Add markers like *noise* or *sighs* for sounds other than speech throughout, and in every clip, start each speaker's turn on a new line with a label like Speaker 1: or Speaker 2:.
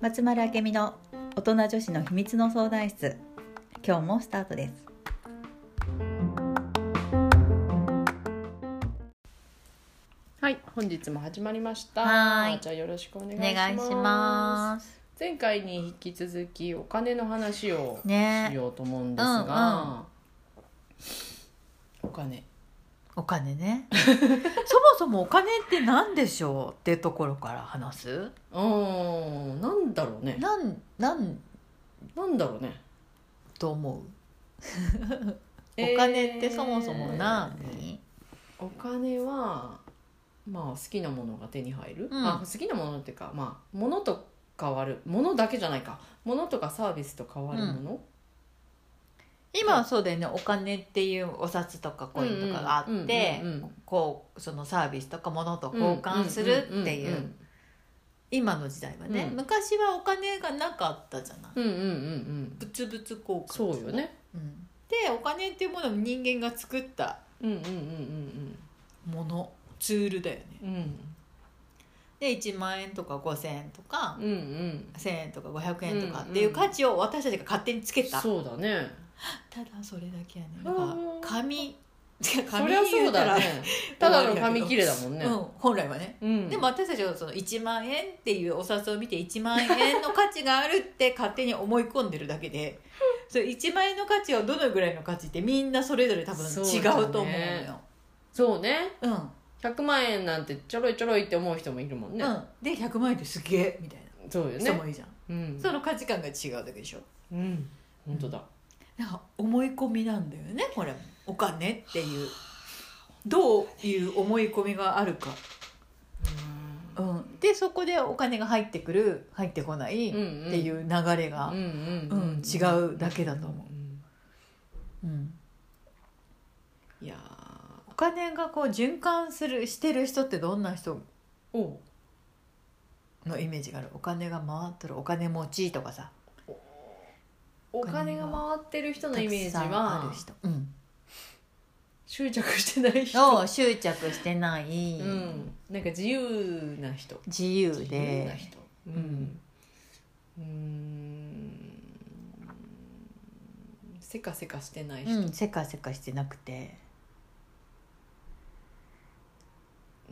Speaker 1: 松丸明美の大人女子の秘密の相談室今日もスタートです
Speaker 2: はい、本日も始まりました。
Speaker 1: はーい
Speaker 2: じゃあよろしくお願い
Speaker 1: お
Speaker 2: します。
Speaker 1: 願いします
Speaker 2: 前回に引き続きお金の話を
Speaker 1: ね
Speaker 2: しようと思うんです
Speaker 1: うん
Speaker 2: が、お金。
Speaker 1: お金ね *laughs* そもそもお金って何でしょうっていうところから話す
Speaker 2: うーん、なんだろうね。
Speaker 1: なんなん
Speaker 2: なんだろうね。
Speaker 1: と思うお金ってそもそも何、
Speaker 2: えーお金はまあ好きなものが手に入る、
Speaker 1: うん
Speaker 2: あ好きなものっていうかまあ物と変わる物だけじゃないか物とかサービスと変わるもの、
Speaker 1: 今はそうだよねお金っていうお札とかコインとかがあって
Speaker 2: うんうんうんうん
Speaker 1: こうそのサービスとか物と交換するってい
Speaker 2: んんん
Speaker 1: う今の時代はね、
Speaker 2: うん
Speaker 1: 昔はお金がなかったじゃない
Speaker 2: うんうんうんうん
Speaker 1: 物々交換
Speaker 2: そうよね
Speaker 1: うんでお金っていうものも人間が作った
Speaker 2: うんうんうん
Speaker 1: ものツールだよね
Speaker 2: うんうんうん
Speaker 1: で1万円とか5,000円とか、
Speaker 2: うんうん
Speaker 1: 1,000円とか500円とか
Speaker 2: うんうん
Speaker 1: っていう価値を私たちが勝手につけた、
Speaker 2: そうだね
Speaker 1: ただそれだけやね
Speaker 2: う
Speaker 1: なんんか紙てか
Speaker 2: そ
Speaker 1: 紙
Speaker 2: りゃそ
Speaker 1: 言
Speaker 2: う
Speaker 1: た
Speaker 2: だ
Speaker 1: ら
Speaker 2: ね *laughs* ただの紙切れだもんね
Speaker 1: うん、本来はね
Speaker 2: うん
Speaker 1: でも私たちはその1万円っていうお札を見て1万円の価値があるって勝手に思い込んでるだけでそれ1万円の価値はどのぐらいの価値ってみんなそれぞれ多分違うと思うのよ。う
Speaker 2: そうだねそうね
Speaker 1: ん
Speaker 2: 100万円なんてちょろいちょろいって思う人もいるもんね
Speaker 1: うん、で100万円ってすげえみたい
Speaker 2: そうよ
Speaker 1: な人
Speaker 2: ね
Speaker 1: もいいじゃん、
Speaker 2: うん
Speaker 1: その価値観が違うだけでしょ
Speaker 2: うん本当だ
Speaker 1: なんか思い込みなんだよねこれお金っていう *sighs* どういう思い込みがあるか、うん、でそこでお金が入ってくる入ってこないっ
Speaker 2: うんうん
Speaker 1: ていう流れが、
Speaker 2: うんうん
Speaker 1: うん、違うだけだと思
Speaker 2: うん
Speaker 1: う、うん、
Speaker 2: いや
Speaker 1: お金がこう循環するしてる人ってどんな人
Speaker 2: ーお
Speaker 1: のイメージがあるお金が回ってるお金持ちとかさ
Speaker 2: お金が回ってる人
Speaker 1: た
Speaker 2: のイメー
Speaker 1: く
Speaker 2: ジ
Speaker 1: さんあ
Speaker 2: は
Speaker 1: る人、うん、
Speaker 2: 執着してない人
Speaker 1: を執着してない、
Speaker 2: うんなんか自由な人
Speaker 1: 自由
Speaker 2: 自由な
Speaker 1: で
Speaker 2: 人うんうーんせかせかしてない人、
Speaker 1: うん、せかせかしてなくて、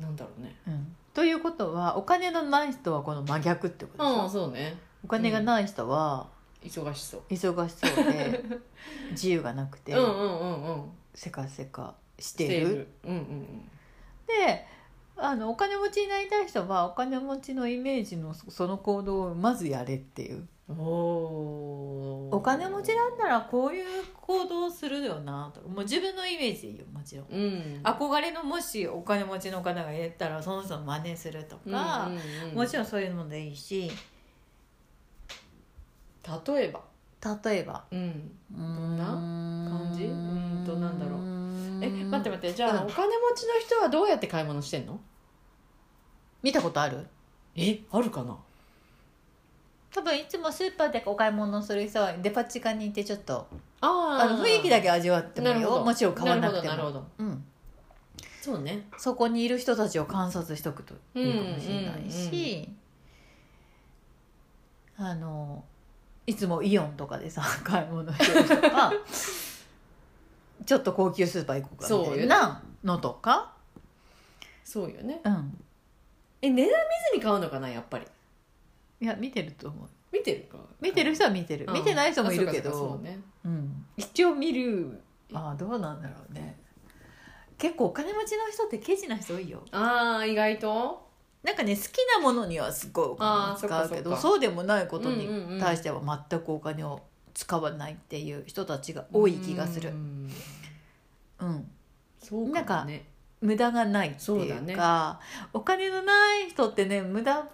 Speaker 2: なんだろうね
Speaker 1: うん、ということはお金のない人はこの真逆ってことでしょ、
Speaker 2: うんそうね
Speaker 1: お金がない人は
Speaker 2: 忙しそう
Speaker 1: 忙しそうで自由がなくて、
Speaker 2: うんうんうんうん
Speaker 1: せかせかし
Speaker 2: してて
Speaker 1: い
Speaker 2: い
Speaker 1: る
Speaker 2: るうんうんうん
Speaker 1: であのお金持ちになりたい人はお金持ちのイメージのそその行動をまずやれっていう
Speaker 2: おー
Speaker 1: お金持ちなんならこういう行動をするよなともう自分のイメージでいいよもちろん
Speaker 2: うん
Speaker 1: 憧れのもしお金持ちの方がいたらその人の真似するとか、もち
Speaker 2: ろ
Speaker 1: ろんそういうのでいいし
Speaker 2: ん例えば
Speaker 1: 例えば
Speaker 2: うん
Speaker 1: どん
Speaker 2: んな感じうーんとなんだろうえ待って
Speaker 1: て
Speaker 2: 待ってじゃあ、
Speaker 1: うん
Speaker 2: お金持ちの人はどうやって買い物してんの
Speaker 1: 見たことある
Speaker 2: えあるかな
Speaker 1: 多分いつもスーパーでお買い物する人はデパ地下に行ってちょっと
Speaker 2: あ
Speaker 1: あの雰囲気だけ味わって
Speaker 2: け
Speaker 1: もいいよもちろん買わなくて
Speaker 2: なるほ
Speaker 1: も、
Speaker 2: どなる
Speaker 1: う
Speaker 2: ほ
Speaker 1: ん、
Speaker 2: どそうね
Speaker 1: そこにいる人たちを観察しとくといいかもしれないし、あのいつもイオンとかでさ買い物してる人 *laughs* がちょっと高級スーパー行こうかみたいなのとか
Speaker 2: そうよね
Speaker 1: う、ん、
Speaker 2: え値段見ずに買うのかなやっぱり
Speaker 1: いや見てると思う
Speaker 2: 見てるか
Speaker 1: 見てる人は見てる、
Speaker 2: うん
Speaker 1: 見てない人もいるけ
Speaker 2: あそうかそ
Speaker 1: ど
Speaker 2: うかそうね
Speaker 1: うん、一応見るあーどうなんだろうね結構お金持ちの人ってケチな人多いよ
Speaker 2: ああ意外と
Speaker 1: なんかね好きなものにはすごいお金を使うけど
Speaker 2: あーそっかそっ
Speaker 1: そ
Speaker 2: か
Speaker 1: うでもないことに対しては全くお金を使わないっていう人たちが多い気がする
Speaker 2: う、ん
Speaker 1: うん、
Speaker 2: そう
Speaker 1: なん
Speaker 2: か
Speaker 1: か
Speaker 2: もね
Speaker 1: 無駄がないって
Speaker 2: そう
Speaker 1: い
Speaker 2: だ
Speaker 1: う
Speaker 2: ね
Speaker 1: かお金のない人ってね無駄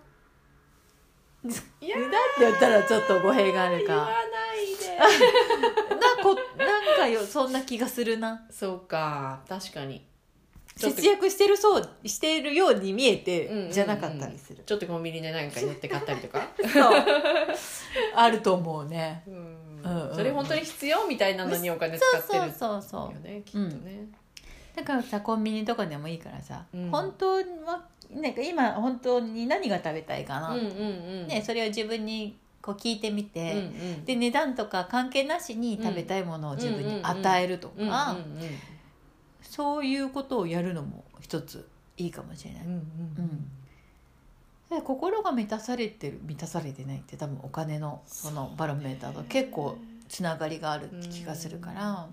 Speaker 2: いや
Speaker 1: 無駄って言ったらちょっと語弊がある
Speaker 2: 言わ
Speaker 1: か
Speaker 2: ないで
Speaker 1: なんこなんかよそんな気がするな
Speaker 2: そうか確かにちょっと
Speaker 1: 節約してるそうしてるように見えて、
Speaker 2: うんうんうん
Speaker 1: じゃなかったり
Speaker 2: *laughs*
Speaker 1: する
Speaker 2: ちょっとコンビニで何か寄って買ったりと
Speaker 1: *laughs*
Speaker 2: か
Speaker 1: そうあると思うね
Speaker 2: うん
Speaker 1: うんうん
Speaker 2: それ本当に必要みたいなのにお金使って
Speaker 1: そ
Speaker 2: る
Speaker 1: うそうそう
Speaker 2: よねきっとね
Speaker 1: だからさコンビニとかでもいいからさ、
Speaker 2: うん
Speaker 1: 本当はなんか今本当に何が食べたいかな、
Speaker 2: うんうんうん
Speaker 1: ね、それを自分にこう聞いてみ
Speaker 2: うん
Speaker 1: て、
Speaker 2: うん
Speaker 1: で値段とか関係なしに食べたいものを自分に与えるとか、
Speaker 2: うんうん
Speaker 1: そういうことをやるのも一ついいかもしれない。
Speaker 2: うんう
Speaker 1: うんんで心が満たされてる満たされてないって多分お金のそのバロメーターと結構つながりがある気がするから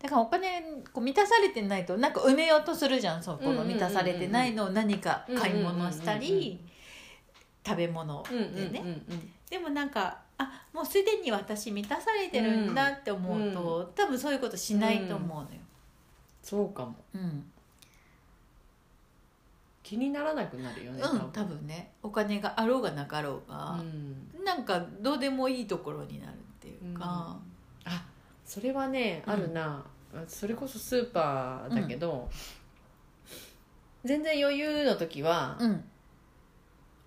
Speaker 1: だからお金こう満たされてないとなんか埋めようとするじゃんそこの満たされてないのを何か買い物したり食べ物
Speaker 2: うんうんうん
Speaker 1: でね
Speaker 2: うん
Speaker 1: でもなんかあもうすでに私満たされてるんだって思うと、多分そういうことしないと思うのよ。
Speaker 2: そうかも
Speaker 1: うん、
Speaker 2: 気にならなくなるよね
Speaker 1: うん、多分ねお金があろうがなかろう
Speaker 2: う
Speaker 1: が、
Speaker 2: ん
Speaker 1: なんかどうでもいいところになるっていうか、
Speaker 2: あそれはね
Speaker 1: うん
Speaker 2: あるなそれこそスーパーだけど全然余裕の時は
Speaker 1: うん、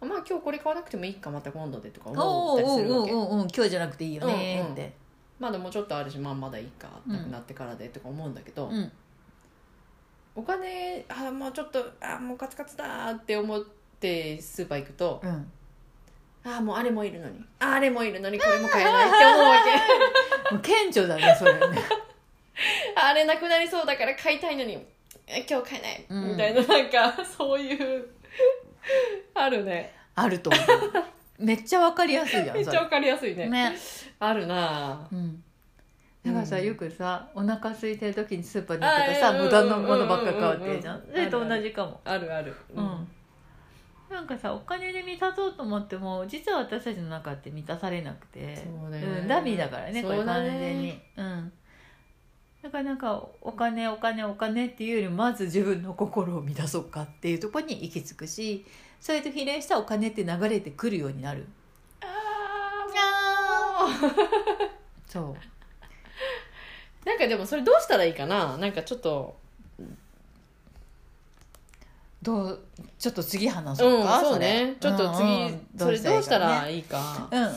Speaker 2: あまあ今日これ買わなくてもいいかまた今度でとか思
Speaker 1: お
Speaker 2: っ
Speaker 1: う
Speaker 2: たり
Speaker 1: お
Speaker 2: す
Speaker 1: う
Speaker 2: る
Speaker 1: お
Speaker 2: わ
Speaker 1: う
Speaker 2: け
Speaker 1: おうおう今日じゃなくていいよねーって、
Speaker 2: まあでもちょっとあるしまあまだいいか
Speaker 1: うん
Speaker 2: なくなってからでとか思うんだけど
Speaker 1: うん
Speaker 2: お金あもうちょっとあもうカツカツだーって思ってスーパー行くと
Speaker 1: うん、
Speaker 2: あもうあれもいるのにああれもいるのにこれも買えないって思うわけ
Speaker 1: もう顕著だねそれね
Speaker 2: *laughs* あれなくなりそうだから買いたいのにえ今日買えない、
Speaker 1: うん
Speaker 2: みたいななんか *laughs* そういうあるね
Speaker 1: あると思うめっちゃわかりやすいや
Speaker 2: め
Speaker 1: ん
Speaker 2: っ
Speaker 1: そ
Speaker 2: ちゃ
Speaker 1: れ
Speaker 2: わかりやすいね
Speaker 1: ね
Speaker 2: あるな
Speaker 1: う
Speaker 2: ぁ
Speaker 1: んだからさ、
Speaker 2: うん
Speaker 1: よくさお腹空いてる時にスーパーに行ってさ
Speaker 2: あー
Speaker 1: 無駄なものばっか買うっていうじゃ
Speaker 2: うん
Speaker 1: ん
Speaker 2: うん
Speaker 1: そ
Speaker 2: うんうん
Speaker 1: れと同じかも
Speaker 2: あるある
Speaker 1: うんなんかさお金で満たそうと思っても実は私たちの中って満たされなくて
Speaker 2: そうね
Speaker 1: ん、ダミーだからねこ
Speaker 2: そ
Speaker 1: れ
Speaker 2: うだね
Speaker 1: 完全にうんだからなんかお金お金お金っていうよりまず自分の心を満たそうかっていうところに行き着くしそれと比例したお金って流れてくるようになる
Speaker 2: あーもう
Speaker 1: そ
Speaker 2: *laughs* なんかでもそれどうしたらいいかななんかちょっと
Speaker 1: うどうちょっと次話
Speaker 2: う
Speaker 1: そうんか、
Speaker 2: そうねちょっと次、
Speaker 1: うんうん
Speaker 2: それどうしたら
Speaker 1: ね
Speaker 2: いいか
Speaker 1: うんうん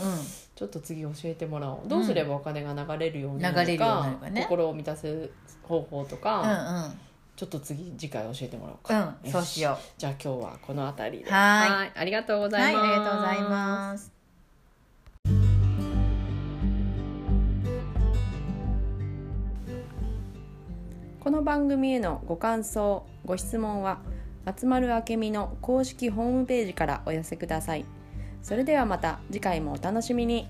Speaker 2: ちょっと次教えてもらおうどうすればお金が流れるようになる
Speaker 1: 流れるようにな
Speaker 2: か
Speaker 1: るかね
Speaker 2: 心を満たす方法とか、
Speaker 1: うんうん
Speaker 2: ちょっと次次回教えてもらおう
Speaker 1: う
Speaker 2: か、
Speaker 1: んそうしよ
Speaker 2: じゃあ今日はこの辺りで
Speaker 1: うはーい
Speaker 2: はいありがとうござ
Speaker 1: はいい
Speaker 2: ます、
Speaker 1: ありがとうございます
Speaker 2: この番組へのご感想ご質問は集まるあけみの公式ホームページからお寄せくださいそれではまた次回もお楽しみに